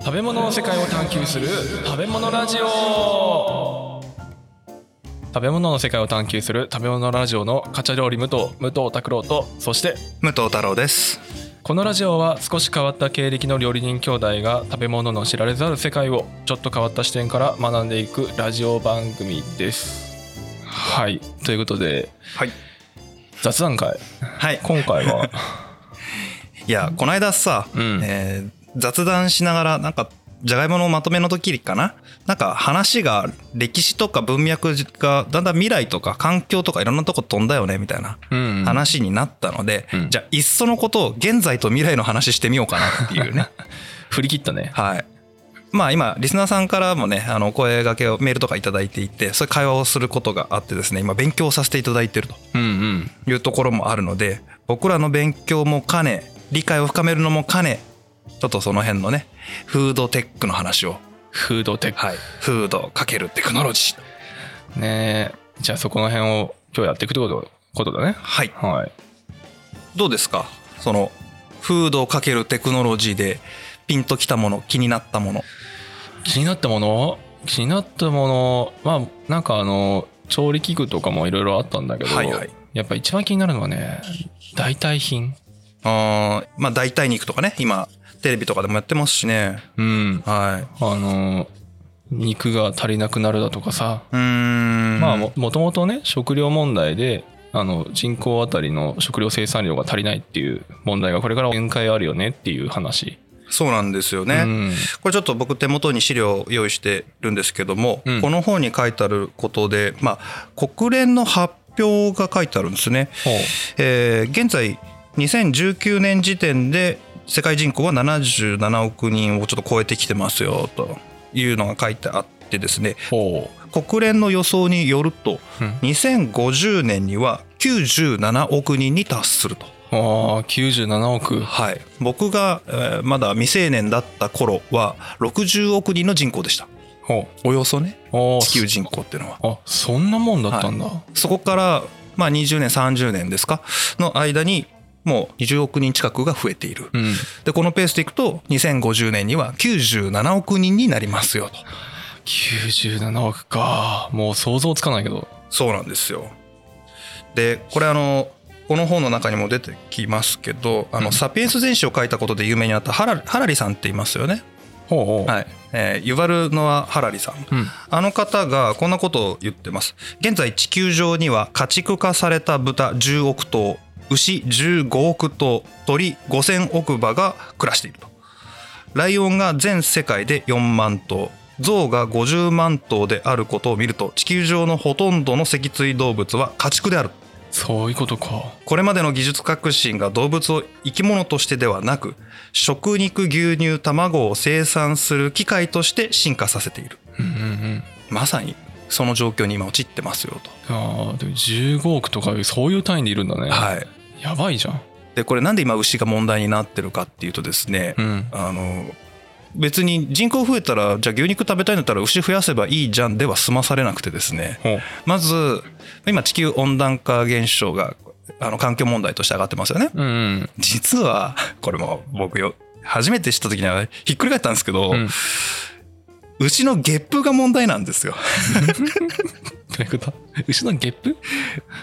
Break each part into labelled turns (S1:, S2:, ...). S1: 食べ物の世界を探求する食べ物ラジオ食べ物の世界を探求する食べ物ラジオのカチャ料理武藤武藤拓郎とそして
S2: 武藤太郎です
S1: このラジオは少し変わった経歴の料理人兄弟が食べ物の知られざる世界をちょっと変わった視点から学んでいくラジオ番組ですはいということで
S2: はい
S1: 雑談会
S2: はい
S1: 今回 は
S2: いやこの間さ、
S1: うん
S2: えー雑談しながらなんかじゃがいものまとめの時かななんか話が歴史とか文脈がだんだん未来とか環境とかいろんなとこ飛んだよねみたいな
S1: うん
S2: 話になったので、
S1: うん
S2: じゃあいっそのことを現在と未来の話してみようかなってい うね
S1: 振り切ったね
S2: はいまあ今リスナーさんからもねあのお声掛けをメールとか頂いただいていてそういう会話をすることがあってですね今勉強させていただいてると
S1: うんうん
S2: いうところもあるので僕らの勉強も兼ね理解を深めるのも兼ねちょっとその辺のねフードテックの話を
S1: フードテック
S2: はいフードかけるテクノロジー
S1: ねえじゃあそこの辺を今日やっていくってことことだね
S2: はい
S1: はい
S2: どうですかそのフードかけるテクノロジーでピンときたもの気になったもの
S1: 気になったもの気になったものまあなんかあの調理器具とかもいろいろあったんだけど、
S2: はいはい
S1: やっぱ一番気になるのはね代替品
S2: あーまあ代替肉とかね今テレビとかでもやってますしね
S1: うん
S2: はい
S1: あの肉が足りなくなるだとかさ、
S2: うーん
S1: まあももともとね食料問題であの人口あたりの食料生産量が足りないっていう問題がこれから限界あるよねっていう話
S2: そうなんですよね、
S1: うん
S2: これちょっと僕手元に資料を用意してるんですけども、
S1: うん
S2: この本に書いてあることで、まあ、国連の発表が書いてあるんですね。
S1: ほう
S2: えー現在2019年時点で世界人口は77億人をちょっと超えてきてますよというのが書いてあってですね
S1: ほ
S2: 国連の予想によると
S1: う、うん
S2: 2050年には97億人に達すると。
S1: ああ97億
S2: はい、僕が、えーまだ未成年だった頃は60億人の人口でした
S1: ほ
S2: およそね
S1: うおー
S2: 地球人口っていうのは
S1: あそんなもんだったんだ、
S2: そこからまあ20年30年ですかの間にもう20億人近くが増えている
S1: うん
S2: でこのペースでいくと2050年には97億人になりますよと
S1: 97億かもう想像つかないけど
S2: そうなんですよでこれあのこの本の中にも出てきますけど「あ
S1: うん
S2: のサピエンス全史」を書いたことで有名になったハラハラリさんっていますよね、
S1: ほうほう、
S2: はいえーユバルノア・ハラリさん
S1: うん、
S2: あの方がこんなことを言ってます。現在地球上には家畜化された豚10億頭、牛15億頭、鳥5000億羽が暮らしていると。ライオンが全世界で4万頭、象が50万頭であることを見ると、地球上のほとんどの脊椎動物は家畜である。
S1: そういうことか
S2: これまでの技術革新が動物を生き物としてではなく、食肉、牛乳、卵を生産する機械として進化させている。
S1: うんうんうん
S2: まさにその状況に今陥ってますよと。
S1: あーでも15億とかそういう単位でいるんだね、
S2: はい、
S1: やばいじゃん
S2: でこれなんで今牛が問題になってるかっていうとですね、
S1: うん
S2: あの別に人口増えたらじゃあ牛肉食べたいんだったら牛増やせばいいじゃんでは済まされなくてですね
S1: ほう
S2: まず今地球温暖化現象があの環境問題として上がってますよね。
S1: うんうん
S2: 実はこれも僕よ初めて知った時にはひっくり返ったんですけど、
S1: うん
S2: 牛のゲップが問題なんですよ。
S1: どういうこと 牛のゲップ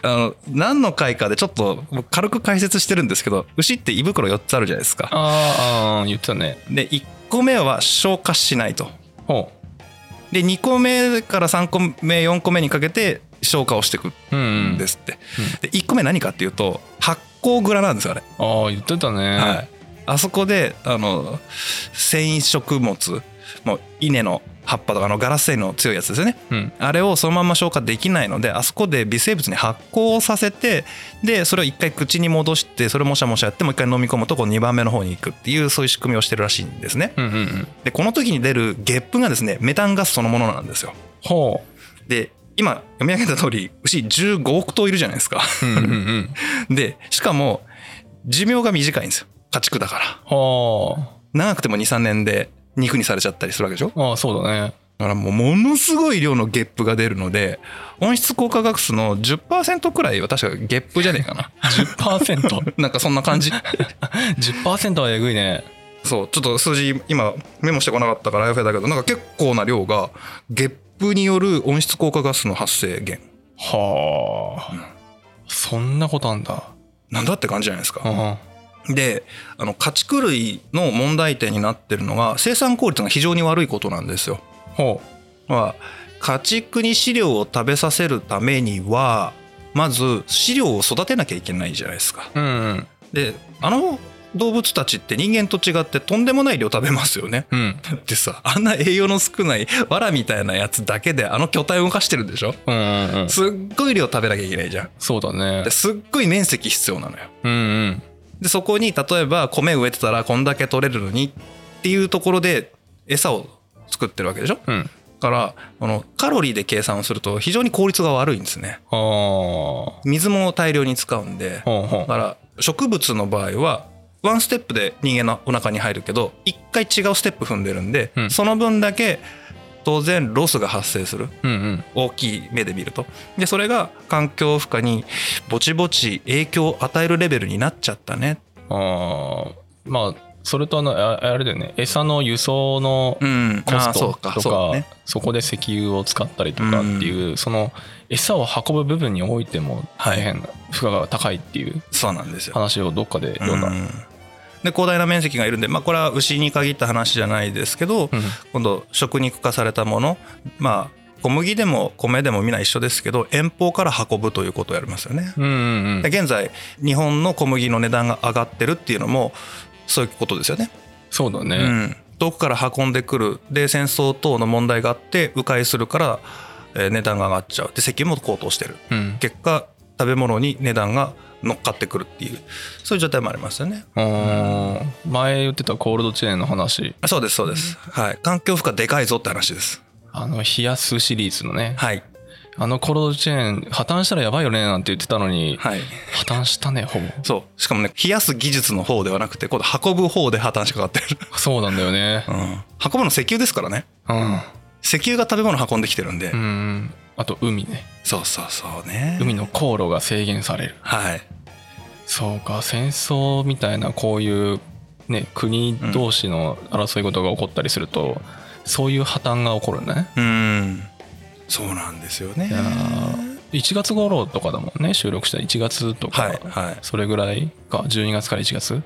S2: あの何の回かでちょっと軽く解説してるんですけど牛って胃袋4つあるじゃないですか
S1: あーあー言ってたね
S2: で1個目は消化しないと
S1: ほ
S2: で2個目から3個目4個目にかけて消化をしていく
S1: ううんうんん
S2: ですって、
S1: うん
S2: で1個目何かっていうと発酵蔵なんですよあれ、
S1: ああ言ってたね、
S2: はい、あそこであの繊維食物もう稲の葉っぱとかあのガラス繊維の強いやつですよね
S1: うん
S2: あれをそのまま消化できないのであそこで微生物に発酵させてでそれを一回口に戻してそれをもしゃもしゃやってもう一回飲み込むとこう2番目の方に行くっていうそういう仕組みをしてるらしいんですね
S1: うんうんうん
S2: でこの時に出るゲップがですねメタンガスそのものなんですよ
S1: ほ
S2: で今読み上げた通り牛15億頭いるじゃないですか
S1: ううんうんうん
S2: でしかも寿命が短いんですよ家畜だから
S1: ほ
S2: 長くても23年で肉にされちゃったりするわけでしょ
S1: うああそうだね
S2: だからもうものすごい量のゲップが出るので温室効果ガスの10%くらいは確かゲップじゃねえかな
S1: 10%10%
S2: なんかそんな感じ
S1: はえぐいね
S2: そうちょっと数字今メモしてこなかったからあやふやだけどなんか結構な量がゲップによる温室効果ガスの発生源
S1: はあ、そんなことあんだ。
S2: なんだって感じじゃないですか
S1: う、ん。
S2: であの家畜類の問題点になってるのが生産効率が非常に悪いことなんですよ。
S1: ほ
S2: まあ家畜に飼料を食べさせるためにはまず飼料を育てなきゃいけないじゃないですか。
S1: う。うん。
S2: であの動物たちって人間と違ってとんでもない量食べますよね。
S1: うん。
S2: だってさあんな栄養の少ない藁みたいなやつだけであの巨体を動かしてるでしょ
S1: うんうんうん。
S2: すっごい量食べなきゃいけないじゃん。
S1: そうだね
S2: で。すっごい面積必要なのよ。
S1: うんうん。
S2: でそこに例えば米植えてたらこんだけ取れるのにっていうところで餌を作ってるわけでしょだ
S1: うん。
S2: からこのカロリーで計算をすると非常に効率が悪いんですね
S1: ああ。ほ
S2: 水も大量に使うん
S1: う
S2: で
S1: ほ
S2: だから植物の場合はワンステップで人間のお腹に入るけど一回違うステップ踏んでるんで、
S1: うん
S2: その分だけ当然ロスが発生する
S1: う。うんうん。
S2: 大きい目で見るとでそれが環境負荷にぼちぼち影響を与えるレベルになっちゃったね
S1: ああ。まあ、それとあの、ああれだよね。餌の輸送の
S2: うん
S1: コ
S2: あー
S1: ス
S2: そ
S1: ト
S2: う
S1: とか、
S2: そう
S1: そ
S2: だね
S1: こで石油を使ったりとかっていう、その餌を運ぶ部分においても大変な負荷が高いっていう
S2: そうなんですよ。
S1: 話をどっかで
S2: う
S1: 読んだ。
S2: んで広大な面積がいるんで、まあ、これは牛に限った話じゃないですけど、
S1: うん
S2: 今度食肉化されたものまあ小麦でも米でもみんな一緒ですけど遠方から運ぶということをやりますよね。
S1: うんうんう
S2: で
S1: ん。
S2: 現在日本の小麦の値段が上がってるっていうのもそういうことですよね。
S1: そうだ
S2: う
S1: ね。
S2: ん、遠くから運んでくるで戦争等の問題があって迂回するからえー値段が上がっちゃうで石油も高騰してる
S1: うん。
S2: 結果食べ物に値段が乗っかってくるっていうそういう状態もありますよね。
S1: あー前言ってたコールドチェーンの話
S2: あそうですそうです、はい環境負荷でかいぞって話です
S1: あの冷やすシリーズのね
S2: はい
S1: あのコールドチェーン破綻したらやばいよねなんて言ってたのに
S2: はい
S1: 破綻したねほぼ
S2: そうしかもね冷やす技術の方ではなくて今度運ぶ方で破綻しかか ってる、
S1: そうなんだよね
S2: うん、運ぶの石油ですからね
S1: うん
S2: 石油が食べ物運んできてるんで、
S1: うんあと海ね
S2: そうそうそうね
S1: 海の航路が制限される
S2: はい
S1: そうか戦争みたいなこういうね国同士の争い事が起こったりするとそういう破綻が起こるね
S2: うんそうなんですよね
S1: いやー1月頃とかだもんね収録した1月とか、
S2: はいはい
S1: それぐらいか12月から1月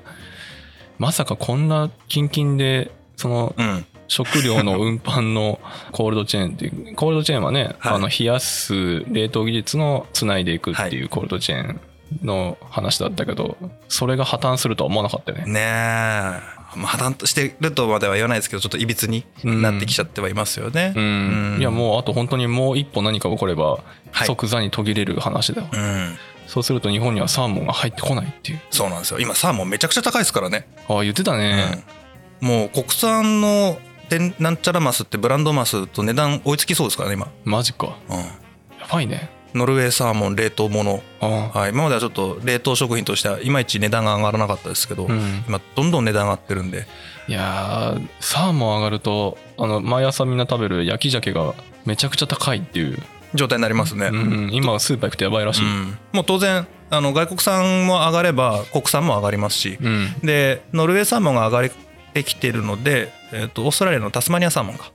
S1: まさかこんなキンキンでその
S2: うん
S1: 食料の運搬のコールドチェーンっていうコールドチェーンはね、
S2: はい
S1: あの冷やす冷凍技術のつないでいくっていうコールドチェーンの話だったけどそれが破綻するとは思わなかったよね
S2: ねえまあ破綻としてるとまでは言わないですけどちょっといびつになってきちゃってはいますよね
S1: うん、いやもうあと本当にもう一歩何か起これば
S2: はい
S1: 即座に途切れる話だよ、
S2: うん
S1: そうすると日本にはサーモンが入ってこないっていう
S2: そうなんですよ今サーモンめちゃくちゃ高いですからね
S1: ああ言ってたね、
S2: うんもう国産の天なんちゃらマスってブランドマスと値段追いつきそうですからね今、
S1: マジか
S2: うん、
S1: やばいね
S2: ノルウェーサーモン冷凍もの、
S1: ああ
S2: はい、今まではちょっと冷凍食品としてはいまいち値段が上がらなかったですけど、
S1: うん
S2: 今どんどん値段上がってるんで
S1: いやーサーモン上がるとあの毎朝みんな食べる焼き鮭がめちゃくちゃ高いっていう、
S2: 状態になりますね、
S1: うんう ん、今はスーパー行くとやばいらし
S2: う
S1: い、
S2: んもう当然あの外国産も上がれば国産も上がりますし、
S1: うん
S2: でノルウェーサーモンが上がってきてるので、えー、とオーストラリアのタスマニアサーモンか、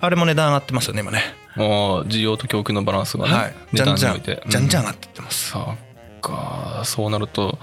S2: あれも値段上がってますよね今ね
S1: もう需要と供給のバランスがね、
S2: はいじ
S1: 値段
S2: ゃん
S1: に
S2: じゃ
S1: お
S2: ん
S1: いて
S2: じゃんじゃ
S1: うん
S2: 上がってってます、
S1: そっかそうなると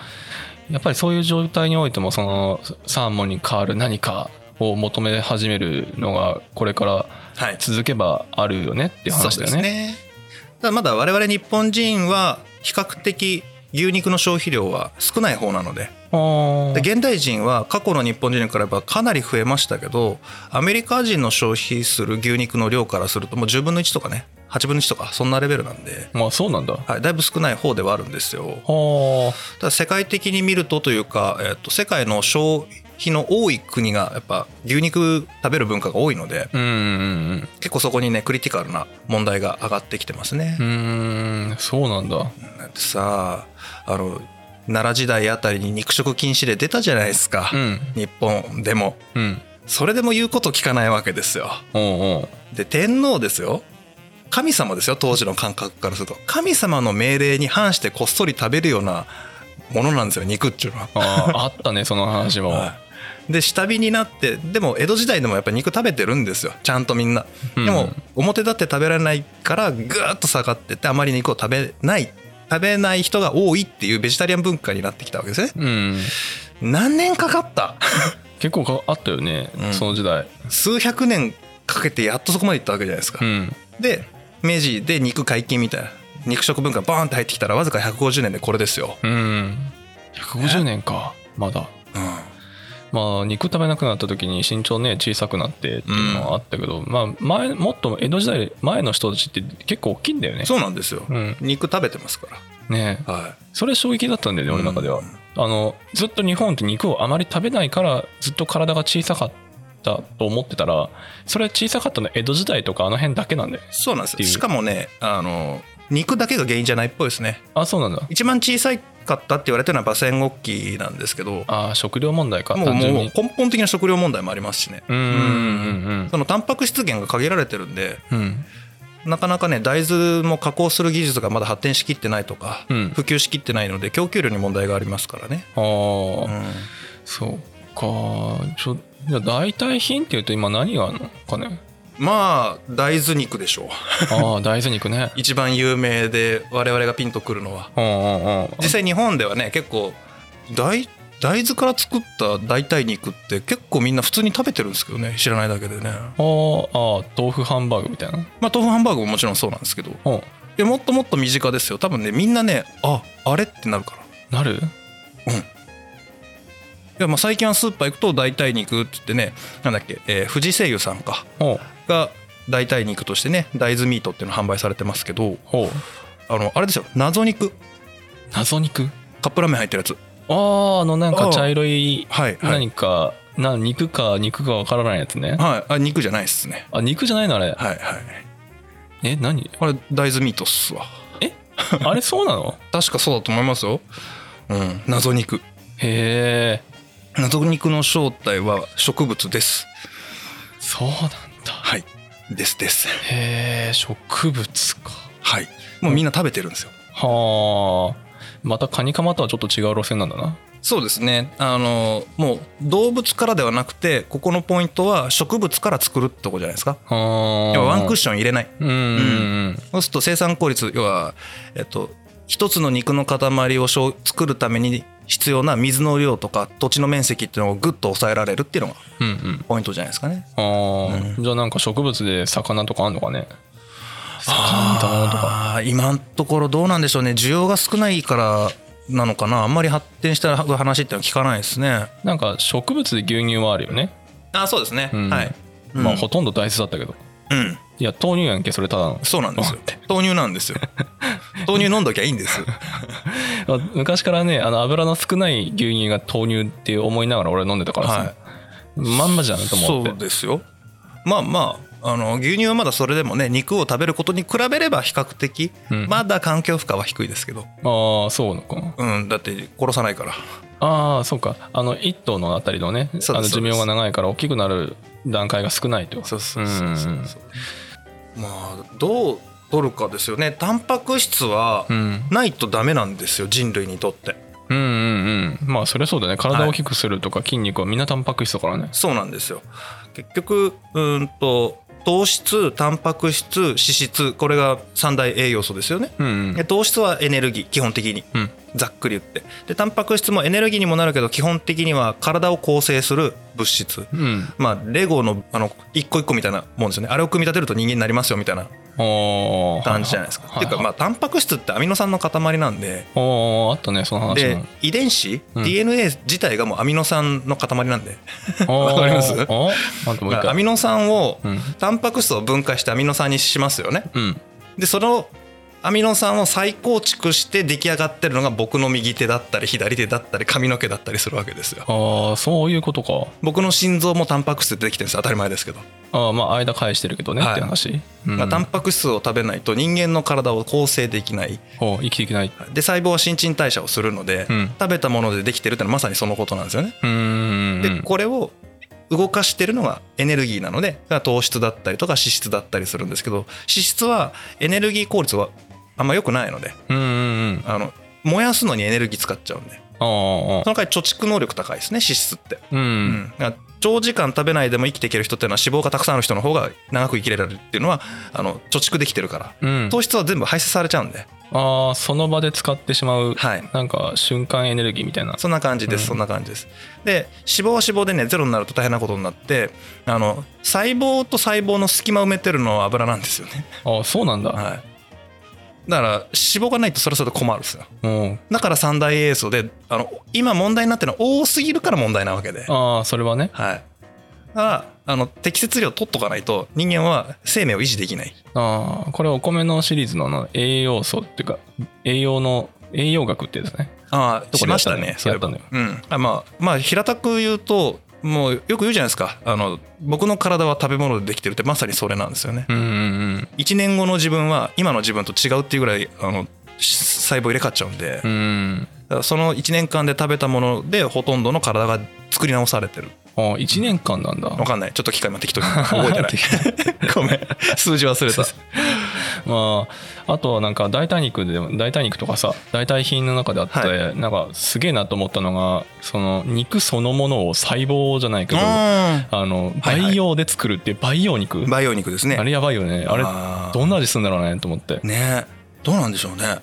S1: やっぱりそういう状態においてもそのサーモンに代わる何かを求め始めるのがこれから
S2: はい
S1: 続けばあるよねっていう話だよ
S2: そうで
S1: ね。
S2: すねただまだ我々日本人は比較的牛肉の消費量は少ない方なので
S1: あー
S2: で現代人は過去の日本人に比べばかなり増えましたけどアメリカ人の消費する牛肉の量からするともう10分の1とかね8分の1とかそんなレベルなんで、
S1: まあそうなんだ。は
S2: はい、だいぶ少ない方ではあるんですよ
S1: あ
S2: ただ世界的に見るとというか、えっと世界の消費の多い国がやっぱ牛肉食べる文化が多いので
S1: うんうんうん。
S2: 結構そこにねクリティカルな問題が上がってきてますね
S1: う。ーんそうなんだ
S2: だってさあの奈良時代あたりに肉食禁止令出たじゃないですか、
S1: うん
S2: 日本でも
S1: うん
S2: それでも言うこと聞かないわけですよ
S1: おうおう
S2: で天皇ですよ神様ですよ当時の感覚からすると神様の命令に反して こっそり食べるようなものなんですよ肉っていうのは、
S1: あーあったねその話も
S2: はいで下火になってでも江戸時代でもやっぱ肉食べてるんですよちゃんとみんな
S1: うん
S2: でも表立って食べられないからぐーっと下がってってあまり肉を食べない食べない人が多いっていうベジタリアン文化になってきたわけですね
S1: うん
S2: 何年かか った
S1: 結構かあったよね、
S2: うん
S1: その時代
S2: 数百年かけてやっとそこまでいったわけじゃないですか
S1: う、ん
S2: で明治で肉解禁みたいな肉食文化がバーンって入ってきたらわずか150年でこれですよ、
S1: うん150年かまだ
S2: うん
S1: まあ肉食べなくなった時に身長ね小さくなってっていうのはあったけど、まあ前もっと江戸時代前の人たちって結構大きいんだよね
S2: そうなんですよ、
S1: うん
S2: 肉食べてますか
S1: ねえ
S2: らは
S1: それ衝撃だったんだよ
S2: い
S1: ね俺の中では、あのずっと日本って肉をあまり食べないからずっと体が小さかったと思ってたらそれ小さかったのは江戸時代とかあの辺だけなんだよ
S2: そうなんで
S1: っ
S2: す
S1: て
S2: よ
S1: いう
S2: しかもねあの肉だけが原因じゃないっぽいですね
S1: あそうなんだ
S2: 一番小さかったって言われてるのは馬戦国記なんですけど
S1: あー食料問題か
S2: もう
S1: 単純
S2: も
S1: に
S2: う根本的な食料問題もありますしね
S1: うんうん
S2: そのタンパク質源が限られてるんで
S1: うんうん
S2: なかなかね大豆も加工する技術がまだ発展しきってないとか、
S1: うん
S2: 普及しきってないので供給量に問題がありますからね、
S1: ああ、
S2: うん
S1: そうかちょじゃあ代替品っていうと今何があるのか ね
S2: まあ大豆肉でしょう
S1: ああ大豆肉ね
S2: 一番有名で我々がピンとくるのは
S1: うんうんうん
S2: 実際日本ではね結構大大豆から作った代替肉って結構みんな普通に食べてるんですけどね知らないだけでね
S1: あーあー豆腐ハンバーグみたいな
S2: まあ豆腐ハンバーグももちろんそうなんですけどい
S1: うん
S2: やもっともっと身近ですよ多分ねみんなねああれってなるからい
S1: なる
S2: やまあ最近はスーパー行くと代替肉って言ってねなんだっけ、えー、富士製油さんか
S1: ほう
S2: が代替肉としてね大豆ミートっていうの販売されてますけど
S1: ほう
S2: あのあれですよ謎肉
S1: 謎肉
S2: カップラーメン入ってるやつ
S1: あああのなんか茶色い
S2: はいはい、
S1: 何かな肉か肉かわからないやつね
S2: はい、あ肉じゃないっすね
S1: あ肉じゃないのあれ
S2: はいはい
S1: え何
S2: あれ大豆ミートっすわ
S1: あれそうなの
S2: 確かそうだと思いますようん謎肉
S1: へえ
S2: 謎肉の正体は植物です
S1: そうなんだ
S2: はいですです
S1: へえ植物か
S2: はいもうみんな食べてるんですよ
S1: はあまたカニカマとはちょっと違う路線なんだな
S2: そうですねあのもう動物からではなくてここのポイントは植物から作るってとこじゃないですか
S1: はあ
S2: 要はワンクッション入れない
S1: うんうんうん
S2: そうすると生産効率要はえっと一つの肉の塊をしょう作るために必要な水の量とか土地の面積っていうのをぐっと抑えられるっていうのが
S1: うんうん
S2: ポイントじゃないですかね
S1: ああ、
S2: う
S1: じゃあなんか植物で魚とかあんのかね魚とかか
S2: あー今のところどうなんでしょうね需要が少ないからなのかなあんまり発展した話っていうのは聞かないですね
S1: なんか植物で牛乳はあるよね、
S2: あそうですね、
S1: うん
S2: はい、
S1: ま
S2: う
S1: あ
S2: ん
S1: ほとんど大豆だったけど
S2: うん
S1: いや豆乳やんけそれただの
S2: そうなんですよ豆乳なんです よ豆乳飲んどきゃいいんですよ
S1: あ昔からねあの油の少ない牛乳が豆乳って思いながら俺飲んでたからさ、
S2: はい
S1: まんまじゃんと思っ
S2: そう
S1: て
S2: ですよまあまああの牛乳はまだそれでもね肉を食べることに比べれば比較的、
S1: うん
S2: まだ環境負荷は低いですけど、
S1: ああそうなのかな
S2: うん、だって殺さないから
S1: ああそうかあの一頭のあたりのね
S2: す
S1: あの寿
S2: そうで
S1: 命
S2: す
S1: が長いから大きくなる段階が少ないと
S2: そうそうそうそ
S1: う
S2: う
S1: んうん
S2: まあどう取るかですよねタンパク質は
S1: うん
S2: ないとダメなんですよ人類にとって
S1: うんうんうんまあそりゃそうだね体を大きくするとか筋肉はみんなタンパク質だからね
S2: そうなんですよ結局うーんと糖質タンパク質脂質これが三大栄養素ですよね
S1: うんう
S2: で
S1: ん
S2: 糖質はエネルギー基本的に
S1: うん
S2: ざっくり言ってでタンパク質もエネルギーにもなるけど基本的には体を構成する物質
S1: うん
S2: まあレゴのあの一個一個みたいなもんですよねあれを組み立てると人間になりますよみたいな
S1: おー
S2: 感じじゃないですか。
S1: は
S2: っていうかまあタンパク質ってアミノ酸の塊なんで
S1: おーあったねその話
S2: で
S1: も
S2: 遺伝子、
S1: うん
S2: DNA 自体がもうアミノ酸の塊なんで
S1: わ
S2: わかります
S1: なんともう一
S2: ア
S1: 回
S2: ミノ酸を
S1: うん
S2: タンパク質を分解してアミノ酸にしますよね。
S1: うん
S2: でそのアミノ酸を再構築して出来上がってるのが僕の右手だったり左手だったり髪の毛だったりするわけですよ。
S1: ああそういうことか
S2: 僕の心臓もタンパク質でできてるんです当たり前ですけど、
S1: ああまあ間返してるけどね
S2: はい
S1: って話うん
S2: まあ、タンパク質を食べないと人間の体を構成できない
S1: お生きていけない
S2: で細胞は新陳代謝をするので、
S1: うん
S2: 食べたものでできてるってのはまさにそのことなんですよね。
S1: うーん
S2: でこれを動かしてるのがエネルギーなので糖質だったりとか脂質だったりするんですけど脂質はエネルギー効率はあんま良くないので
S1: うんうんうん
S2: あの燃やすのにエネルギー使っちゃうんで
S1: あ
S2: その代わり貯蓄能力高いですね脂質って、
S1: あ。う。
S2: うんんだから長時間食べないでも生きていける人っていうのは脂肪がたくさんある人の方が長く生きれられるっていうのはあの貯蓄できてるから
S1: うん。
S2: 糖質は全部排泄されちゃうんで、
S1: ああ、その場で使ってしまう、
S2: はい、
S1: なんか瞬間エネルギーみたいな。
S2: そんな感じです、
S1: うん
S2: そんな感じですで脂肪は脂肪でねゼロになると大変なことになってあの細胞と細胞の隙間を埋めてるのは油なんですよね
S1: ああ、そうなんだ。
S2: はいだから脂肪がないとそれはそれで困るんですよ
S1: うん。
S2: だから三大栄素であの今問題になってるのは多すぎるから問題なわけで
S1: ああ、それはね。
S2: はいだからあの適切量取っとかないと人間は生命を維持できない
S1: ああ、これお米のシリーズのあの栄養素っていうか、栄養の、栄養学ってやつね。
S2: ああ
S1: どこ
S2: し
S1: でや
S2: ま
S1: っ
S2: したた
S1: の
S2: ねそれ
S1: やったのよ
S2: うんあまあまあ平たく言うともうよく言うじゃないですかあの僕の体は食べ物でできてるってまさにそれなんですよね
S1: うんうん
S2: 1年後の自分は今の自分と違うっていうぐらいあのし細胞入れ替わっちゃうんで、
S1: うん。うん。
S2: だからその1年間で食べたものでほとんどの体が作り直されてる
S1: ああ、1年間なんだ。
S2: わかんないちょっと機械も適当に覚 えてないごめん数字忘れた
S1: まあ、あとはなんか代替肉でも代替肉とかさ代替品の中であって、
S2: は
S1: なんかすげえなと思ったのがその肉そのものを細胞じゃないけどあ
S2: う
S1: の
S2: はいはい
S1: 培養で作るっていう培養肉、
S2: ん培養肉ですね
S1: あれやばいよねあれ
S2: あー
S1: どんな味するんだろうねと思って
S2: ねどうなんでしょうね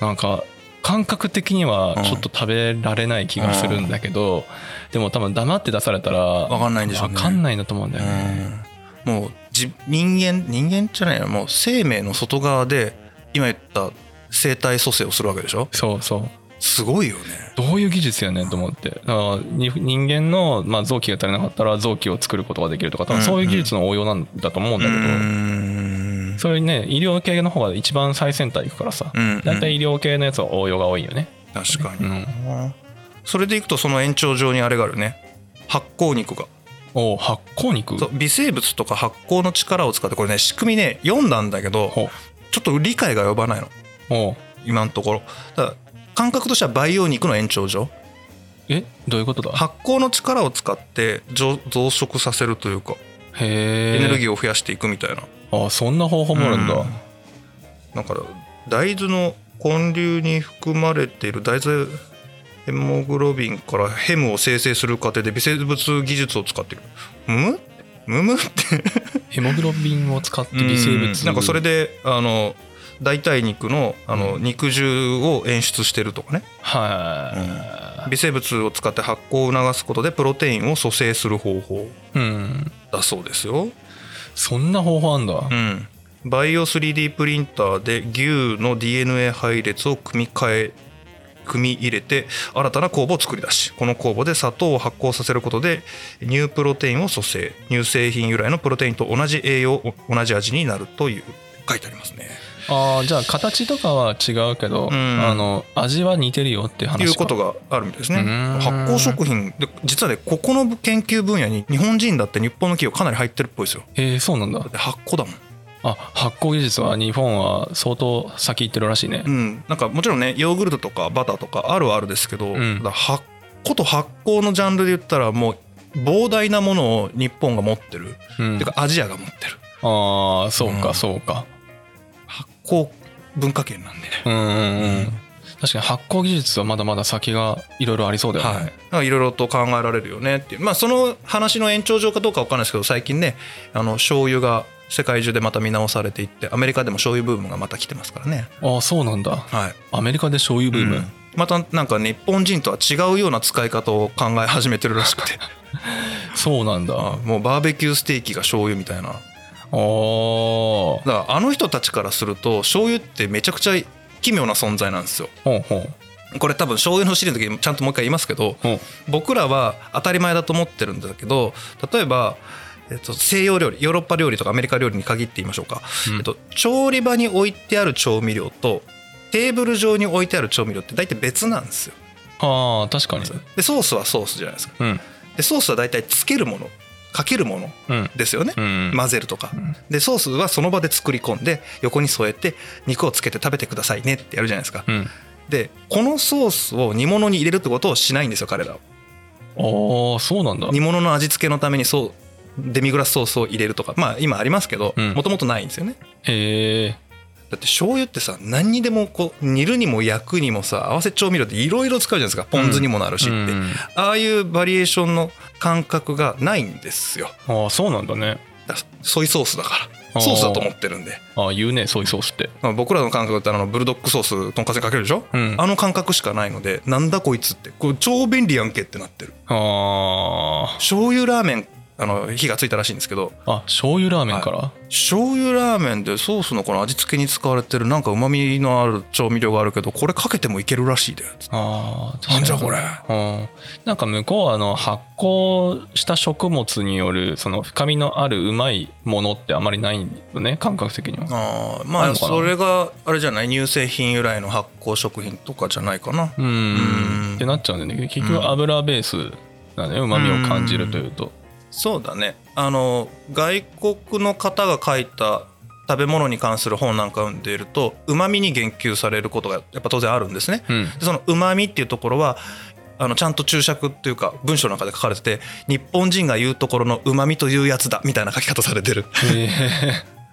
S1: なんか感覚的にはちょっと食べられない気がするんだけど、でも多分黙って出されたら
S2: わ
S1: わ
S2: かんないんでしょうね
S1: かんないなと思うんだよね、
S2: うんもうじ人間人間じゃないよもう生命の外側で今言った生体組成をするわけでしょ
S1: そうそう
S2: すごいよね
S1: どういう技術やねんと思ってだからに人間の、まあ、臓器が足りなかったら臓器を作ることができるとか多分そういう技術の応用なんだと思うんだけど、
S2: ん
S1: それにね医療系の方が一番最先端いくからさ
S2: うん
S1: 大体医療系のやつは応用が多いよね
S2: 確か
S1: う
S2: に、
S1: ん
S2: それでいくとその延長上にあれがあるね発酵肉が
S1: おう発酵肉
S2: そう微生物とか発酵の力を使ってこれね仕組みね読んだんだけど
S1: ほう
S2: ちょっと理解が及ばないの
S1: おう
S2: 今のところだから感覚としては培養肉の延長上
S1: えどういうことだ
S2: 発酵の力を使って増増殖させるというか
S1: へえ
S2: エネル
S1: ー
S2: ギーを増やしていくみたいな、
S1: あそんな方法もあるんだ、
S2: うんだから大豆の根粒に含まれている大豆ヘモグロビンからヘムを生成する過程で微生物技術を使っているむむむむって
S1: ヘモグロビンを使って微生物、
S2: うんなんかそれであの代替肉のあの肉汁を演出してるとかね
S1: はい、
S2: 微生物を使って発酵を促すことでプロテインを組成する方法
S1: うん
S2: だそうですよ、
S1: そんな方法あんだ、
S2: うん、バイオ 3D プリンターで牛の DNA 配列を組み替え組み入れて新たな酵母を作り出しこの酵母で砂糖を発酵させることで乳プロテインを組成乳製品由来のプロテインと同じ栄養同じ味になるという書いてありますね。
S1: ああじゃあ形とかは違うけど、
S2: うん
S1: あの味は似てるよっていう話か
S2: いうことがあるみたいですね
S1: うーん
S2: 発酵食品で実はねここの研究分野に日本人だって日本の企業かなり入ってるっぽいですよ
S1: えー、そうなんだ
S2: だって発酵だもん
S1: あ発酵技術は日本は相当先行ってるらしいね
S2: うんなんかもちろんねヨーグルトとかバターとかあるはあるですけど、
S1: ん
S2: だから発酵と発酵のジャンルで言ったらもう膨大なものを日本が持ってる、
S1: うん
S2: ていうかアジアが持ってる
S1: ああそう
S2: う
S1: か
S2: ん
S1: そうか
S2: 発酵文化圏なんでね
S1: うんうんうん、
S2: うん
S1: 確かに発酵技術はまだまだ先がいろいろありそうだよね、
S2: はい、なんかいろいろと考えられるよねっていうまあその話の延長上かどうかわかんないですけど最近ねあの醤油が世界中でまた見直されていってアメリカでも醤油ブームがまた来てますからね
S1: ああそうなんだ
S2: はい
S1: アメリカで醤油ブーム、
S2: うんまたなんか日本人とは違うような使い方を考え始めてるらしくて
S1: そうなんだあ
S2: あもうバーベキューステーキが醤油みたいなだか
S1: あほう
S2: らあの人たちからすると醤油ってめちゃくちゃ奇妙な存在なんですよ
S1: ほうほ
S2: これ多分醤油のシリーズの時にちゃんともう一回言いますけど
S1: う
S2: 僕らは当たり前だと思ってるんだけど例えば、えっと、西洋料理ヨーロッパ料理とかアメリカ料理に限って言いましょうか、
S1: うん
S2: えっと、調理場に置いてある調味料とテーブル上に置いてある調味料って大体別なんですよ
S1: ああ確かに
S2: でソースはソースじゃないですか
S1: うん
S2: でソースは大体つけるものかけるもの
S1: うん
S2: ですよね、
S1: うん
S2: 混ぜるとか
S1: ん
S2: でソースはその場で作り込んで横に添えて肉をつけて食べてくださいねってやるじゃないですか
S1: うん
S2: でこのソースを煮物に入れるってことをしないんですよ彼らは
S1: ああそうなんだ
S2: 煮物の味付けのためにそうデミグラスソースを入れるとかまあ今ありますけど
S1: うん
S2: もともとないんですよね
S1: へえ
S2: だだって醤油ってさ何にでもこう煮るにも焼くにもさ合わせ調味料っていろいろ使うじゃないですかポン酢にもなるしって、
S1: うん
S2: ああいうバリエーションの感覚がないんですよ
S1: ああそうなんだね
S2: だソイソースだから
S1: あー
S2: ソースだと思ってるんで
S1: ああ言うねソイソースって
S2: まあ僕らの感覚だったらあのブルドックソースとんかつにかけるでしょ、
S1: うん
S2: あの感覚しかないのでなんだこいつってこれ超便利やんけってなってる
S1: あ
S2: 醤油ラーメンあの火がついたらしいんですけど
S1: ああ醤油ラーメンから、
S2: 醤油ラーメンでソースのこの味付けに使われてるなんかうまみのある調味料があるけどこれかけてもいけるらしいで
S1: ああ確か
S2: な
S1: に
S2: んじゃこれ
S1: うん、なんか向こうはあの発酵した食物によるその深みのあるうまいものってあまりないよね感覚的には
S2: あー
S1: あ
S2: ま
S1: る
S2: あ
S1: のかな
S2: それがあれじゃない乳製品由来の発酵食品とかじゃないかな
S1: うん
S2: うん
S1: ってなっちゃうんだよね結局油ベースなんだねうまみを感じるというと
S2: そうだねあの外国の方が書いた食べ物に関する本なんか読んでいるとうまみに言及されることがやっぱ当然あるんですね
S1: うん
S2: でそのうまみっていうところはあのちゃんと注釈っていうか文章の中で書かれてて日本人が言うところのうまみというやつだみたいな書き方されてる
S1: へえ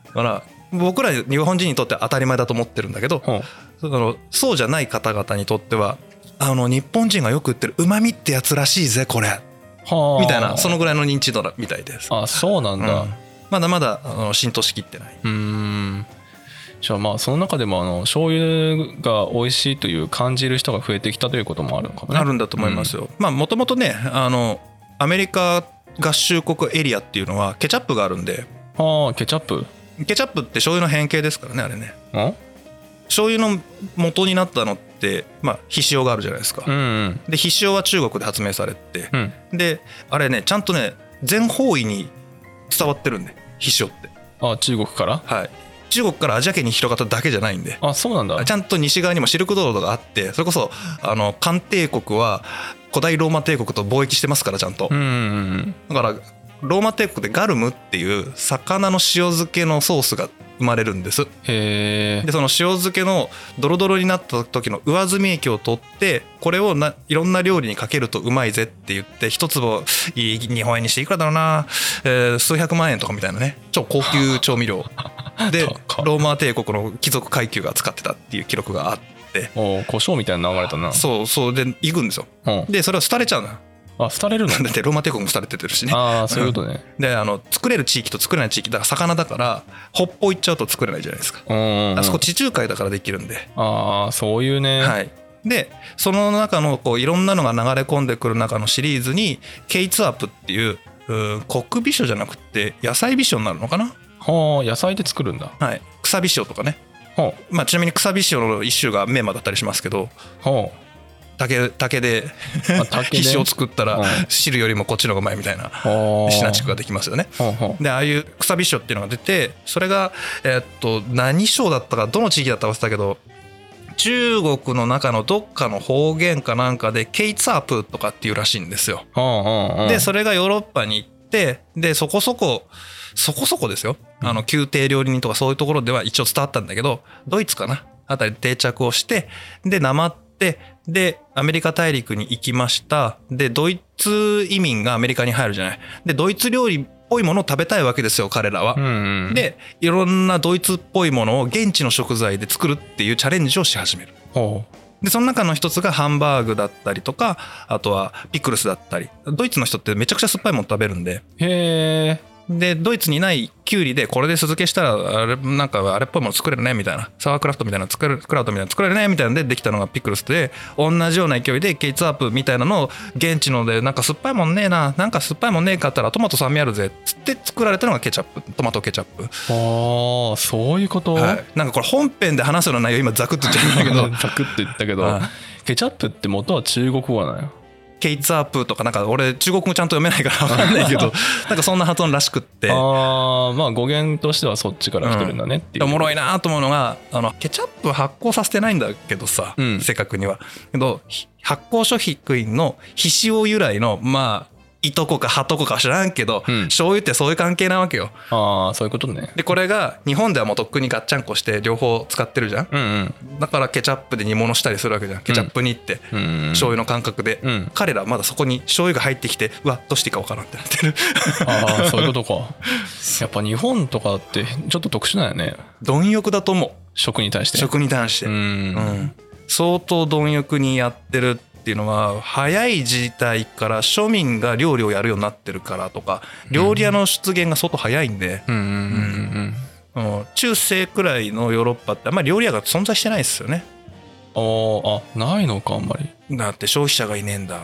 S2: だから僕ら日本人にとっては当たり前だと思ってるんだけど
S1: ほう
S2: そのそうじゃない方々にとってはあの日本人がよく言ってるうまみってやつらしいぜこれ
S1: はあ
S2: みたいなそのぐらいの認知度だみたいです、
S1: あそうなん
S2: うん
S1: だ
S2: まだまだあの浸透しきってない
S1: うんじゃあまあその中でもあの醤油が美味しいという感じる人が増えてきたということもあるのかもね
S2: あるんだと思いますよ。まあもともとねあのアメリカ合衆国エリアっていうのはケチャップがあるんで
S1: ああケチャップ
S2: ケチャップって醤油の変形ですからねあれね
S1: ん
S2: 醤油の元になったのってまあひしおがあるじゃないですか、
S1: うんうん
S2: でひしおは中国で発明されて
S1: うん
S2: であれねちゃんとね全方位に伝わってるんでひしおって
S1: あ中国から
S2: はい中国からアジア圏に広がっただけじゃないんで
S1: あそうなんだ
S2: ちゃんと西側にもシルク道路があってそれこそあの漢帝国は古代ローマ帝国と貿易してますからちゃんと
S1: うんうんうん
S2: だからローマ帝国でガルムっていう魚の塩漬けのソースが生まれるんです
S1: へえ
S2: でその塩漬けのドロドロになった時の上澄み液を取ってこれをないろんな料理にかけるとうまいぜって言って一坪いい日本円にしていくらだろうな、えー数百万円とかみたいなね超高級調 味料で
S1: 高っ
S2: ローマ帝国の貴族階級が使ってたっていう記録があって
S1: おお胡椒みたいなの流れたな
S2: そうそうで行くんですよ
S1: うん
S2: でそれを廃れちゃうのよ
S1: あ廃れるの
S2: だってローマ帝国も廃れててるしね
S1: ああそういうことね
S2: であの作れる地域と作れない地域だから魚だから北方行っちゃうと作れないじゃないですか
S1: うんうんうん
S2: あそこ地中海だからできるんで
S1: ああそういうね
S2: はい、でその中のこういろんなのが流れ込んでくる中のシリーズに「ケイツアップ」っていううん黒美酒じゃなくて野菜美酒になるのかな、
S1: はあ野菜で作るんだ
S2: はい、草美酒とかね、
S1: は
S2: まあ、ちなみに草美酒の一種がメーマだったりしますけど
S1: あは
S2: 竹竹で
S1: ああ竹で
S2: 必酒を作った
S1: うん
S2: ら汁よりもこっちの方がうまいみたいな
S1: はあ
S2: シナチクができますよね。
S1: はあは
S2: でああいう草美酒っていうのが出てそれが、えーっと何省だったかどの地域だったか忘れたけど中国の中のどっかの方言かなんかでケイツァープとかっていうらしいんですよ。
S1: あはあはあ
S2: でそれがヨーロッパに行ってでそこそこそこそこですよあの宮廷料理人とかそういうところでは一応伝わったんだけどドイツかなあたりで定着をしてでなまってでアメリカ大陸に行きましたでドイツ移民がアメリカに入るじゃないでドイツ料理っぽいものを食べたいわけですよ彼らは
S1: う。んうん
S2: でいろんなドイツっぽいものを現地の食材で作るっていうチャレンジをし始める。
S1: ほ
S2: でその中の一つがハンバーグだったりとかあとはピクルスだったりドイツの人ってめちゃくちゃ酸っぱいもの食べるんで
S1: うへえ
S2: でドイツにないキュウリでこれで酢漬けしたらあれなんかあれっぽいもの作れるねみたいなサワークラフトみたいな作れるクラウトみたいな作れるねみたいなんでできたのがピクルスで同じような勢いでケイツアップみたいなのを現地のでなんか酸っぱいもんねえななんか酸っぱいもんねえかったらトマト酸味あるぜっつって作られたのがケチャップトマトケチャップ
S1: ああそういうこと
S2: はいなんかこれ本編で話すような内容今ザクッと言っちゃうんだけど
S1: サクッと言ったけど
S2: はい
S1: ケチャップって元は中国語なのよ
S2: ケイツアップとかなんか俺中国語ちゃんと読めないから分かんないけ どなんかそんな発音らしくって
S1: ああまあ語源としてはそっちから来てるんだねっていう
S2: おもろいなと思うのがあのケチャップ発酵させてないんだけどさ、
S1: うん
S2: 正確にはけどひ発酵諸食品のひしお由来のまあいとこかはとこか知らんけど、
S1: うん
S2: 醤油ってそういう関係なわけよ
S1: ああそういうことね
S2: でこれが日本ではもうとっくにガッチャンコして両方使ってるじゃん
S1: うんうん
S2: だからケチャップで煮物したりするわけじゃんケチャップ煮って、
S1: うんうん
S2: 醤油の感覚で、
S1: うん
S2: 彼らはまだそこに醤油が入ってきてうわどうしていいかわからんってなってる
S1: ああそういうことかやっぱ日本とかってちょっと特殊なんやね
S2: 貪欲だと思う
S1: 食に対して
S2: 食に対して、
S1: う
S2: うん
S1: ん
S2: 相当貪欲にやってるっていうのは早い時代から庶民が料理をやるようになってるからとか料理屋の出現が相当早いんで、
S1: うんうんうん
S2: うん中世くらいのヨーロッパってあんまり料理屋が存在してないですよね
S1: うんおーあないのかあんまり
S2: だって消費者がいねえんだ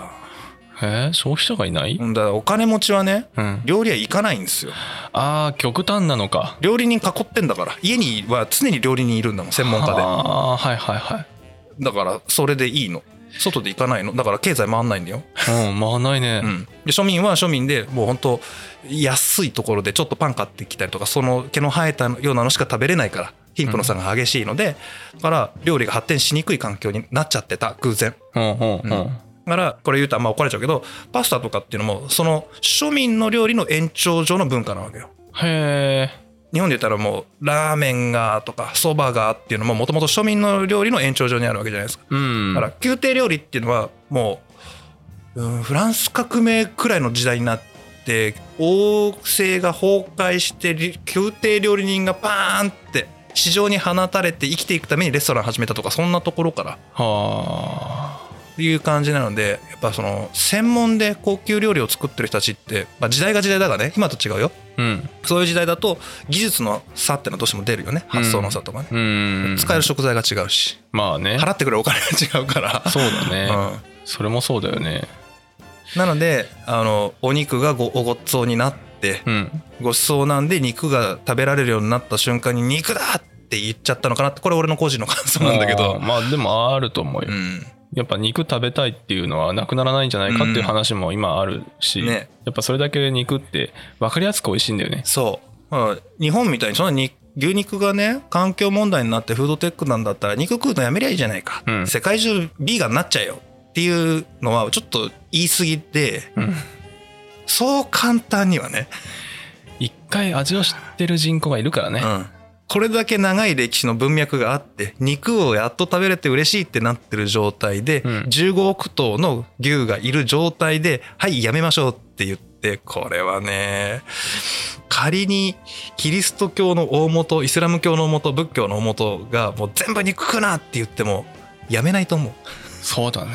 S1: へえ消費者がいない、
S2: うんだからお金持ちはね
S1: うん、
S2: 料理屋行かないんですよ
S1: ああ極端なのか
S2: 料理人囲ってんだから家には常に料理人いるんだもん専門家で
S1: ああはいはいはい
S2: だからそれでいいの外で行かないのだから経済回んないんだよ、
S1: うんまあないね、
S2: うん、で庶民は庶民でもう本当安いところでちょっとパン買ってきたりとかその毛の生えたようなのしか食べれないから貧富の差が激しいので、だから料理が発展しにくい環境になっちゃってた偶然
S1: うんうんうん、
S2: うんだからこれ言うとあんま怒られちゃうけどパスタとかっていうのもその庶民の料理の延長上の文化なわけよ
S1: へえ
S2: 日本で言ったらもうラーメンがとかそばがっていうのももともと庶民の料理の延長上にあるわけじゃないですか
S1: うん
S2: だから宮廷料理っていうのはもう、うんフランス革命くらいの時代になって王政が崩壊してり宮廷料理人がパーンって市場に放たれて生きていくためにレストラン始めたとかそんなところから
S1: はあ
S2: いう感じなのでやっぱその専門で高級料理を作ってる人たちって、まあ、時代が時代だからね今と違うよ
S1: うん
S2: そういう時代だと技術の差ってのはどうしても出るよね発想の差とかね、
S1: うん
S2: 使える食材が違うし
S1: まあね
S2: 払ってくれるお金が違うから、
S1: そうだね、
S2: うん、
S1: それもそうだよね
S2: なのであのお肉がごおごっつおになって
S1: うん
S2: ごちそうなんで肉が食べられるようになった瞬間に肉だって言っちゃったのかなってこれ俺の個人の感想なんだけ
S1: あー
S2: ど、
S1: まあでもあると思うよ、
S2: うん、
S1: やっぱ肉食べたいっていうのはなくならないんじゃないかっていう話も今あるし、
S2: ね
S1: やっぱそれだけ肉って分かりやすく美味しいんだよね
S2: そう、まあ、日本みたいにそんなに牛肉がね環境問題になってフードテックなんだったら肉食うのやめりゃいいじゃないか、
S1: うん
S2: 世界中ビーガンになっちゃえよっていうのはちょっと言い過ぎで
S1: うん
S2: そう簡単にはね、
S1: 一回味を知ってる人口がいるからね、
S2: うん、これだけ長い歴史の文脈があって肉をやっと食べれて嬉しいってなってる状態で、
S1: うん
S2: 15億頭の牛がいる状態ではいやめましょうって言ってこれはね仮にキリスト教の大元イスラム教の大元仏教の大元がもう全部肉食うなって言ってもやめないと思う。
S1: そうだね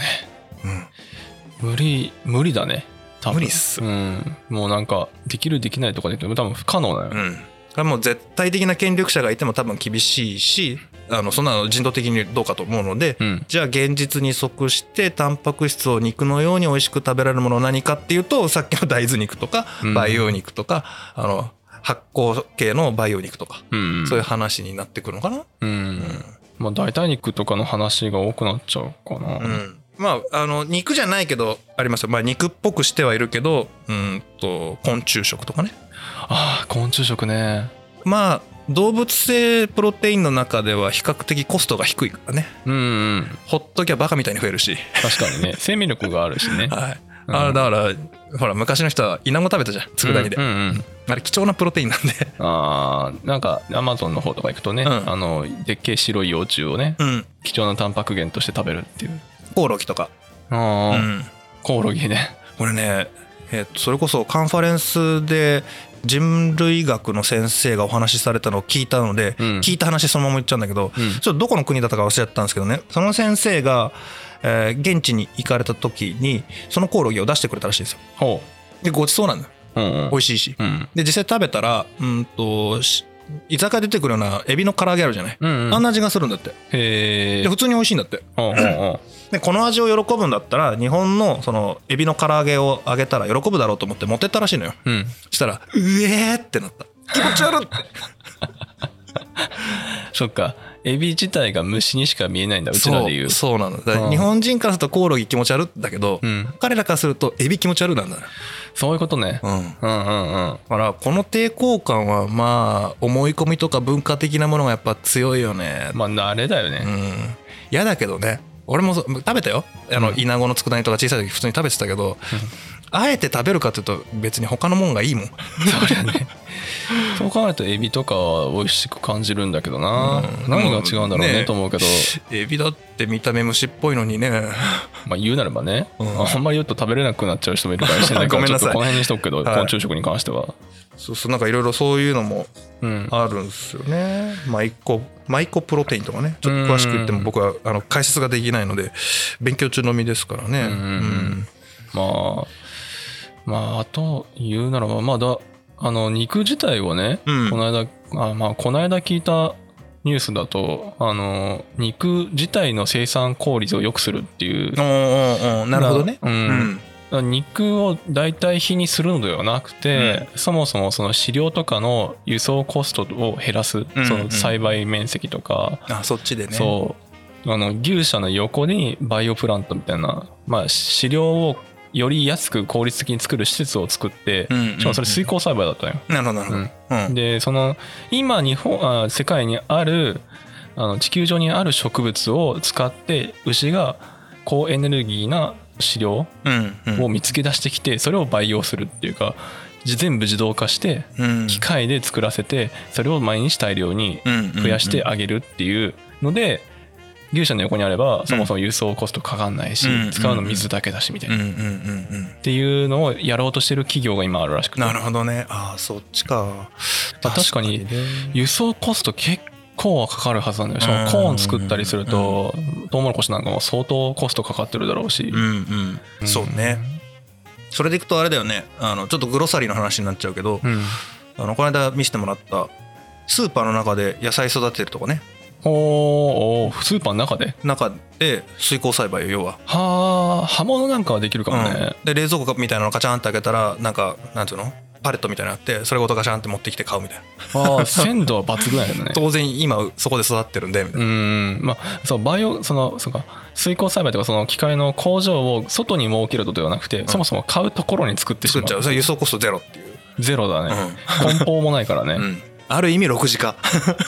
S2: うん
S1: 無理無理だね多分
S2: 無理っす
S1: うんもうなんかできるできないとかで言っても多分不可能だよ、
S2: うんこれはもう絶対的な権力者がいても多分厳しいしあのそんなの人道的にどうかと思うので、
S1: うん
S2: じゃあ現実に即してタンパク質を肉のように美味しく食べられるものは何かっていうとさっきの大豆肉とか
S1: うん
S2: 培養肉とか、あの発酵系の培養肉とか、
S1: うん
S2: そういう話になってくるのかな、
S1: うん、まあ代替肉とかの話が多くなっちゃうかな、
S2: うんまああの肉じゃないけどありますよ、まあ、肉っぽくしてはいるけどうんと昆虫食とかね
S1: ああ昆虫食ね
S2: まあ動物性プロテインの中では比較的コストが低いからね
S1: うんうん
S2: ほっときゃバカみたいに増えるし、
S1: 確かにね生命力があるしね
S2: はい
S1: うん
S2: あだからほら昔の人はイナゴ食べたじゃん佃煮で、
S1: うんうんうん
S2: あれ貴重なプロテインなんで
S1: あーなんかアマゾンの方とか行くとね、
S2: うん
S1: あのでっけえ白い幼虫をね
S2: うん
S1: 貴重なタンパク源として食べるっていう
S2: コオロギとか、
S1: あ
S2: う
S1: あ、
S2: ん、
S1: コオロギね
S2: これね、えっとそれこそカンファレンスで人類学の先生がお話しされたのを聞いたので、
S1: うん
S2: 聞いた話そのまま言っちゃうんだけど、
S1: うん
S2: ちょっとどこの国だったか忘れちゃったんですけどねその先生が、えー現地に行かれた時にそのコオロギを出してくれたらしいんですよ
S1: ほ
S2: でごちそうなんだよ
S1: ううんうん
S2: 美味しいし
S1: うん
S2: で実際食べたらうんとし居酒屋で出てくるようなエビの唐揚げあるじゃない、
S1: うんうん
S2: あんな味がするんだって
S1: へえ
S2: で普通に美味しいんだって
S1: ほうほうほ
S2: でこの味を喜ぶんだったら日本のそのエビの唐揚げをあげたら喜ぶだろうと思って持ってったらしいのよ
S1: ううん
S2: そしたら「うえー!」ってなった気持ち悪って
S1: そっかエビ自体が虫にしか見え ないんだうちらで言う
S2: そうそうなのだから
S1: うん
S2: 日本人からするとコオロギ気持ち悪いんだけど、
S1: うん
S2: 彼らからするとエビ気持ち悪いなんだよ、
S1: そういうことね、
S2: うん、だ
S1: うん、うんうん
S2: からこの抵抗感はまあ思い込みとか文化的なものがやっぱ強いよね
S1: まあ慣れだよ
S2: う
S1: ね、
S2: ん嫌だけどね俺もそう食べたよあの、
S1: うん
S2: イナゴの佃煮とか小さい時普通に食べてたけど、
S1: うん
S2: あえて食べるかっていうと別に他のもんがいいもん
S1: そうだねそう考えるとエビとかは美味しく感じるんだけどな、
S2: うん
S1: 何が違うんだろうね
S2: ね
S1: と思うけど、
S2: エビだって見た目虫っぽいのにね
S1: まあ、言うならばね、
S2: うん
S1: あんまり言うと食べれなくなっちゃう人もい るかもしれないか
S2: ご
S1: ら
S2: め
S1: ちょ
S2: んな
S1: っと
S2: さい
S1: この辺にしとくけど、
S2: はい
S1: 昆虫食に関しては、
S2: そうそうなんかいろいろそういうのも
S1: うん、
S2: あるんですよねマイコマイコプロテインとかねちょっと詳しく言っても僕はあの解説ができないので勉強中のみですからね
S1: うんまあまああと言うならばまあだあの肉自体をね、
S2: うん
S1: この間あまあこの間聞いたニュースだとあの肉自体の生産効率を良くするっていう
S2: うんうんうんなるほどね
S1: う
S2: うんん
S1: だから肉を代替品にするのではなくて、そもそもその飼料とかの輸送コストを減らす、
S2: うん
S1: その栽培面積とか、
S2: あそっちでね
S1: そうあの牛舎の横にバイオプラントみたいな、まあ、飼料をより安く効率的に作る施設を作って、
S2: うんうんうん
S1: しかもそれ水耕栽培だったのよ。
S2: なるほどなるほどうん
S1: でその今日本あ世界にあるあの地球上にある植物を使って牛が高エネルギーな飼料
S2: うんうん
S1: を見つけ出してきてそれを培養するっていうかじ全部自動化して
S2: うん
S1: 機械で作らせてそれを毎日大量に増やしてあげるっていうので牛舎の横にあればそもそも輸送コストかかんないし
S2: うん
S1: 使うの水だけだしみたい
S2: うん
S1: な
S2: う
S1: っ
S2: んうんうん
S1: ていうのをやろうとしてる企業が今あるらしくて
S2: なるほどねあそっちか
S1: 確かに
S2: 確ね
S1: 輸送コスト結構はかかるはずなんだよしかもコーン作ったりするとトウモロコシなんかも相当コストかかってるだろうし
S2: うんうんそうねそれでいくとあれだよねあのちょっとグロサリーの話になっちゃうけど
S1: うん
S2: あのこの間見せてもらったスーパーの中で野菜育てるとかね
S1: おーおースーパーの中で
S2: 中で水耕栽培よ要は、
S1: はあ葉物なんかはできるかもね、
S2: うんで冷蔵庫みたいなのガチャンって開けたらなんかなんていうのパレットみたいなのあってそれごとガチャンって持ってきて買うみたいな、
S1: ああ鮮度は抜群やけどね
S2: 当然今そこで育ってるんでみたいうな、
S1: んまあそうバイオそのそうか水耕栽培とかその機械の工場を外に設けるのではなくて、そもそも買うところに作ってし
S2: 作
S1: ま
S2: っちゃ
S1: う
S2: うそれ輸送コストゼロっていう、
S1: ゼロだね、梱包もないからね、
S2: うんうんある意味6時化、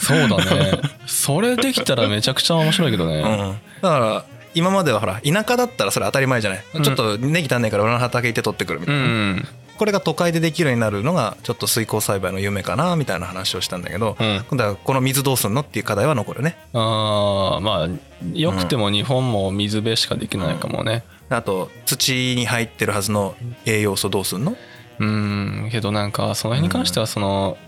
S1: そうだねそれできたらめちゃくちゃ面白いけどね、
S2: うんだから今まではほら田舎だったらそれ当たり前じゃない、
S1: うん
S2: ちょっとネギ足んないから俺の畑行って取ってくるみた
S1: う
S2: いな、
S1: ん
S2: これが都会でできるようになるのがちょっと水耕栽培の夢かなみたいな話をしたんだけど、
S1: うん
S2: 今度はこの水どうすんのっていう課題は残るね
S1: あーまあよくても日本も水辺しかできないかもね
S2: あと土に入ってるはずの栄養素どうすんの
S1: うんけどなんかその辺に関してはその、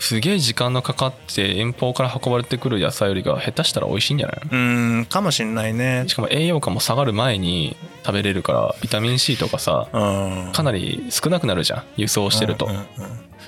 S1: すげえ時間のかかって遠方から運ばれてくる野菜よりが下手したら美味しいんじゃないう
S2: ーんかもしんないね
S1: しかも栄養価も下がる前に食べれるからビタミン C とかさ
S2: うん
S1: かなり少なくなるじゃん輸送してると
S2: うんうんうん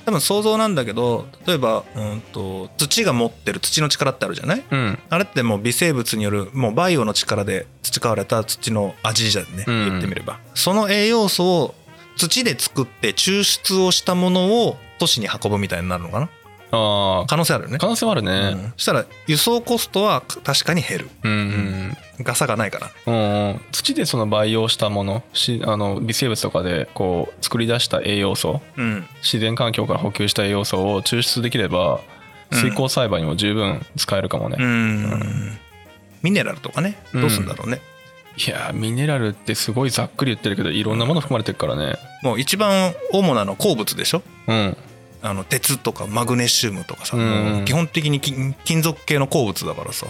S2: 多分想像なんだけど例えば、うん、と土が持ってる土の力ってあるじゃない
S1: うん
S2: あれってもう微生物によるもうバイオの力で培われた土の味じゃんね、
S1: うん
S2: 言ってみればその栄養素を土で作って抽出をしたものを都市に運ぶみたいになるのかな
S1: あ
S2: 可能性あるよね
S1: あ可能性はある
S2: う
S1: ね
S2: んそしたら輸送コストは確かに減る
S1: うん、
S2: ガサがないから
S1: うんうん土でその培養したものしあの微生物とかでこう作り出した栄養素
S2: うん
S1: 自然環境から補給した栄養素を抽出できれば
S2: うん
S1: 水耕栽培にも十分使えるかもね、
S2: う
S1: い
S2: んミネラルとかね
S1: うん
S2: どうすんだろうね、
S1: やーミネラルってすごいざっくり言ってるけどいろんなもの含まれてるからね
S2: もう一番主なの鉱物でしょ
S1: うん
S2: あの鉄とかマグネシウムとかさ、
S1: うん
S2: もう基本的に金金属系の鉱物だからさ、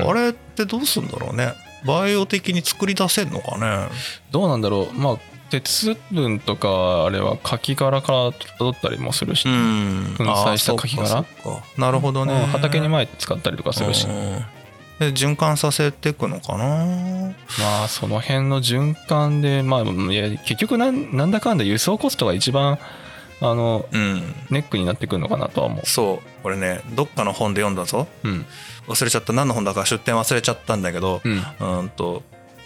S1: うん
S2: あれってどうすんだろうねバイオ的に作り出せんのかね
S1: どうなんだろうまあ鉄分とかあれは柿殻から取ったりもするし、
S2: ん
S1: 粉砕したカキ殻
S2: あーそっかそっかなるほどね、
S1: うん畑に前使ったりとかするし、
S2: うんで循環させていくのかな
S1: まあその辺の循環でまあいや結局なんなんだかんだ輸送コストが一番あの
S2: うん
S1: ネックになってくるのかなとは思
S2: そうこれねどっかの本で読んだぞ
S1: ううん
S2: 忘れちゃった何の本だか出典忘れちゃったんだけど
S1: うん
S2: うーんと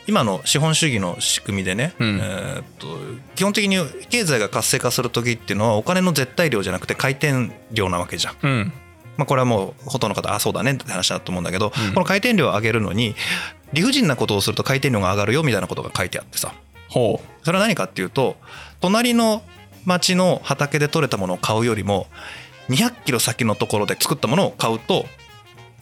S2: 今の資本主義の仕組みでね、
S1: うん
S2: えーっと基本的に経済が活性化する時っていうのはお金の絶対量じゃなくて回転量なわけじゃん。
S1: うん
S2: まあ、これはもうほとんどの方あそうだねって話だと思うんだけど、
S1: うん
S2: この回転量を上げるのに理不尽なことをすると回転量が上がるよみたいなことが書いてあってさ
S1: ほ
S2: それは何かっていうと隣の町の畑で採れたものを買うよりも200キロ先のところで作ったものを買うと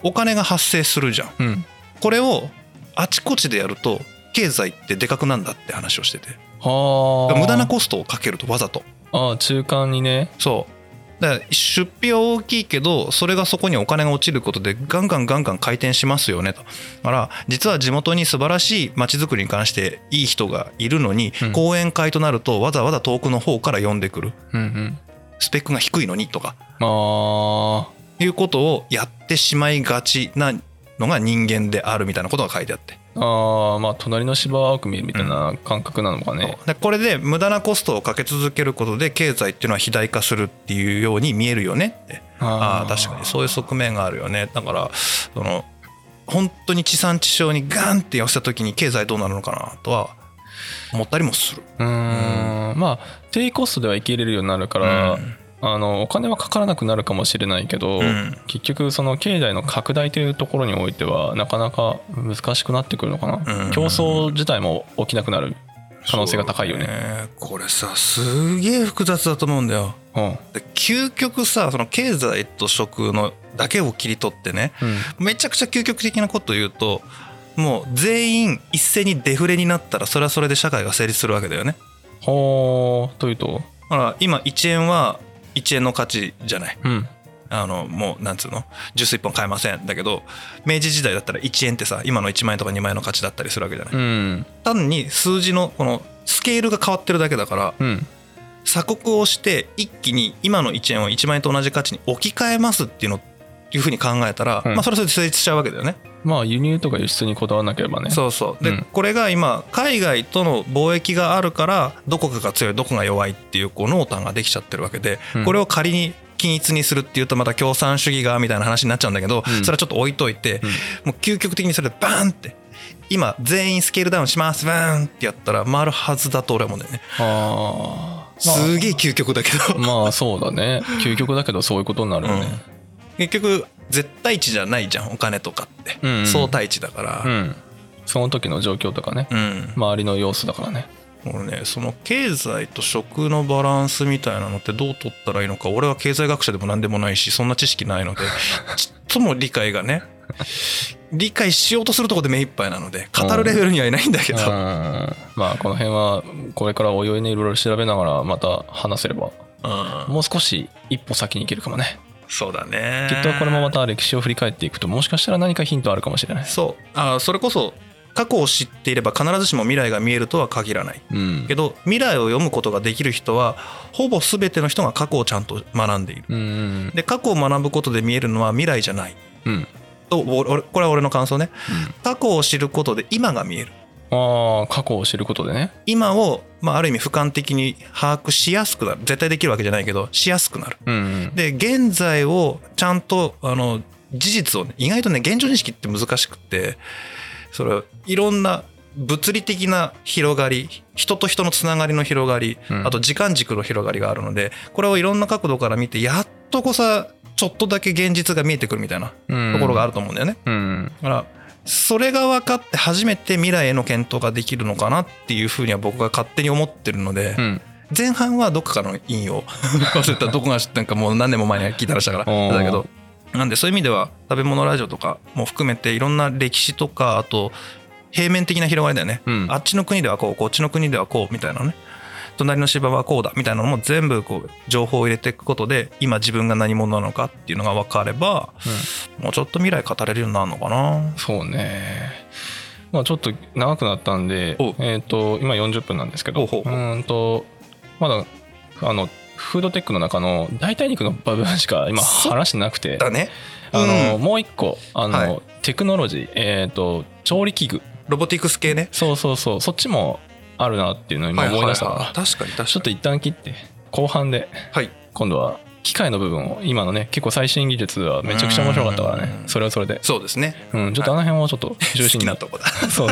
S2: お金が発生するじゃん。
S1: ううん
S2: これをあちこちでやると経済ってでかくなんだって話をしてて
S1: はあ
S2: 無駄なコストをかけるとわざと
S1: ああ中間にね
S2: そだから出費は大きいけどそれがそこにお金が落ちることでガンガンガンガン回転しますよねとだから実は地元に素晴らしい街づくりに関していい人がいるのに、
S1: うん
S2: 講演会となるとわざわざ遠くの方から呼んでくる
S1: うんうん
S2: スペックが低いのにとか
S1: あ
S2: いうことをやってしまいがちなのが人間であるみたいなことが書いてあって、
S1: ーあーまあ隣の芝は青く見えるみたいな感覚なのかね、
S2: でこれで無駄なコストをかけ続けることで経済っていうのは肥大化するっていうように見えるよねってああ
S1: ー
S2: 確かにそういう側面があるよねだからその本当に地産地消にガンって寄せた時に経済どうなるのかなとは思ったりもする
S1: うーんまあ低コストでは生きれるようになるから、
S2: うん
S1: あのお金はかからなくなるかもしれないけど、
S2: うん
S1: 結局その経済の拡大というところにおいてはなかなか難しくなってくるのかな、
S2: うん
S1: 競争自体も起きなくなる可能性が高いよね
S2: そうこれさすげえ複雑だと思うんだよ
S1: う
S2: で究極さその経済と食のだけを切り取ってね
S1: ん、うん、
S2: めちゃくちゃ究極的なこと言うともう全員一斉にデフレになったらそれはそれで社会が成立するわけだよね
S1: ほうというと
S2: だから今1円は1円の価値じゃない
S1: うん
S2: あのもうなんつうのジュース1本買えませんだけど明治時代だったら1円ってさ今の1万円とか2万円の価値だったりするわけじゃない、
S1: うん
S2: 単に数字のこのスケールが変わってるだけだから
S1: うん
S2: 鎖国をして一気に今の1円を1万円と同じ価値に置き換えますっていうのいうふうに考えたら、
S1: うん
S2: まあそれはそれで成立しちゃうわけだよね。
S1: まあ輸入とか輸出にこだわらなければね
S2: そうそうで、
S1: うん
S2: これが今海外との貿易があるからどこかが強いどこが弱いっていうこう濃淡ができちゃってるわけで、
S1: うん
S2: これを仮に均一にするっていうとまた共産主義がみたいな話になっちゃうんだけど、
S1: うん
S2: それはちょっと置いとい
S1: うん
S2: て、もう究極的にそれでバーンって今全員スケールダウンしますバーンってやったら回るはずだと俺は思うんだよね、
S1: ああ
S2: すげえ究極だけど、
S1: まあ、まあそうだね究極だけどそういうことになるよね
S2: 結局絶対値じゃないじゃんお金とかって、
S1: うんうん
S2: 相対値だから
S1: うん、その時の状況とかね
S2: うん
S1: 周りの様子だからね
S2: 俺ねその経済と食のバランスみたいなのってどう取ったらいいのか俺は経済学者でも何でもないしそんな知識ないので ちっとも理解がね理解しようとするとこで目いっぱいなので語るレベルにはいないんだけ
S1: うん
S2: ど、
S1: まあこの辺はこれからおいおいねいろいろ調べながらまた話せれば
S2: うん
S1: もう少し一歩先に行けるかもね
S2: そうだね
S1: きっとこれもまた歴史を振り返っていくともしかしたら何かヒントあるかもしれない
S2: そうあそれこそ過去を知っていれば必ずしも未来が見えるとは限らない
S1: うん
S2: けど未来を読むことができる人はほぼ全ての人が過去をちゃんと学んでいる
S1: うんうん
S2: で過去を学ぶことで見えるのは未来じゃない
S1: うん
S2: と俺これは俺の感想ね
S1: うん
S2: 過去を知ることで今が見える
S1: ああ過去を知ることでね
S2: 今を、まあ、ある意味俯瞰的に把握しやすくなる絶対できるわけじゃないけどしやすくなる
S1: うんうん
S2: で現在をちゃんとあの事実をね意外とね現状認識って難しくってそれいろんな物理的な広がり人と人のつながりの広がり、
S1: うん
S2: あと時間軸の広がりがあるのでこれをいろんな角度から見てやっとこさちょっとだけ現実が見えてくるみたいなところがあ
S1: る
S2: ると思うんだよね。
S1: うん
S2: だからそれが分かって初めて未来への検討ができるのかなっていうふうには僕が勝手に思ってるので、
S1: うん
S2: 前半はどっかの引用 忘れたどこがなんかもう何年も前に聞いた話だか
S1: お
S2: ら
S1: ー
S2: だけどなんでそういう意味では食べ物ラジオとかも含めていろんな歴史とかあと平面的な広がりだよね、
S1: うん
S2: あっちの国ではこうこっちの国ではこうみたいなね隣の芝はこうだみたいなのも全部こう情報を入れていくことで今自分が何者なのかっていうのが分かれば、もうちょっと未来語れるようになるのかな
S1: そうねまあちょっと長くなったんで
S2: お
S1: えっと今40分なんですけど
S2: ほ
S1: う
S2: うほうほう
S1: ーんとまだあのフードテックの中の代替肉の部分しか今
S2: そう
S1: 話してなくて
S2: だね。
S1: あの
S2: うん
S1: もう一個あの、
S2: はい
S1: テクノロジー、えー、と調理器具
S2: ロボティクス系ね。
S1: そうそうそうそっちもあるなっていうのを今思い出したから、
S2: ははは確かに確かに。
S1: ちょっと一旦切って後半で
S2: はい。
S1: 今度は機械の部分を今のね結構最新技術はめちゃくちゃ面白かったからね
S2: うん
S1: それはそれで、
S2: そうですね。
S1: うん、ちょっとあの辺をちょっと
S2: 好
S1: 重心
S2: き
S1: に
S2: なとこだ。
S1: そう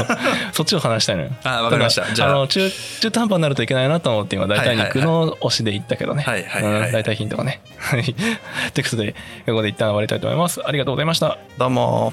S1: そっちを話したいのよ
S2: あわかりまし た
S1: だ
S2: じゃあ
S1: の中中途半端になるといけないなと思って今大体肉の推しで言ったけどね
S2: はいはいはいはい
S1: うん大体ヒントがね はいということでここで一旦終わりたいと思いますありがとうございました
S2: どうも。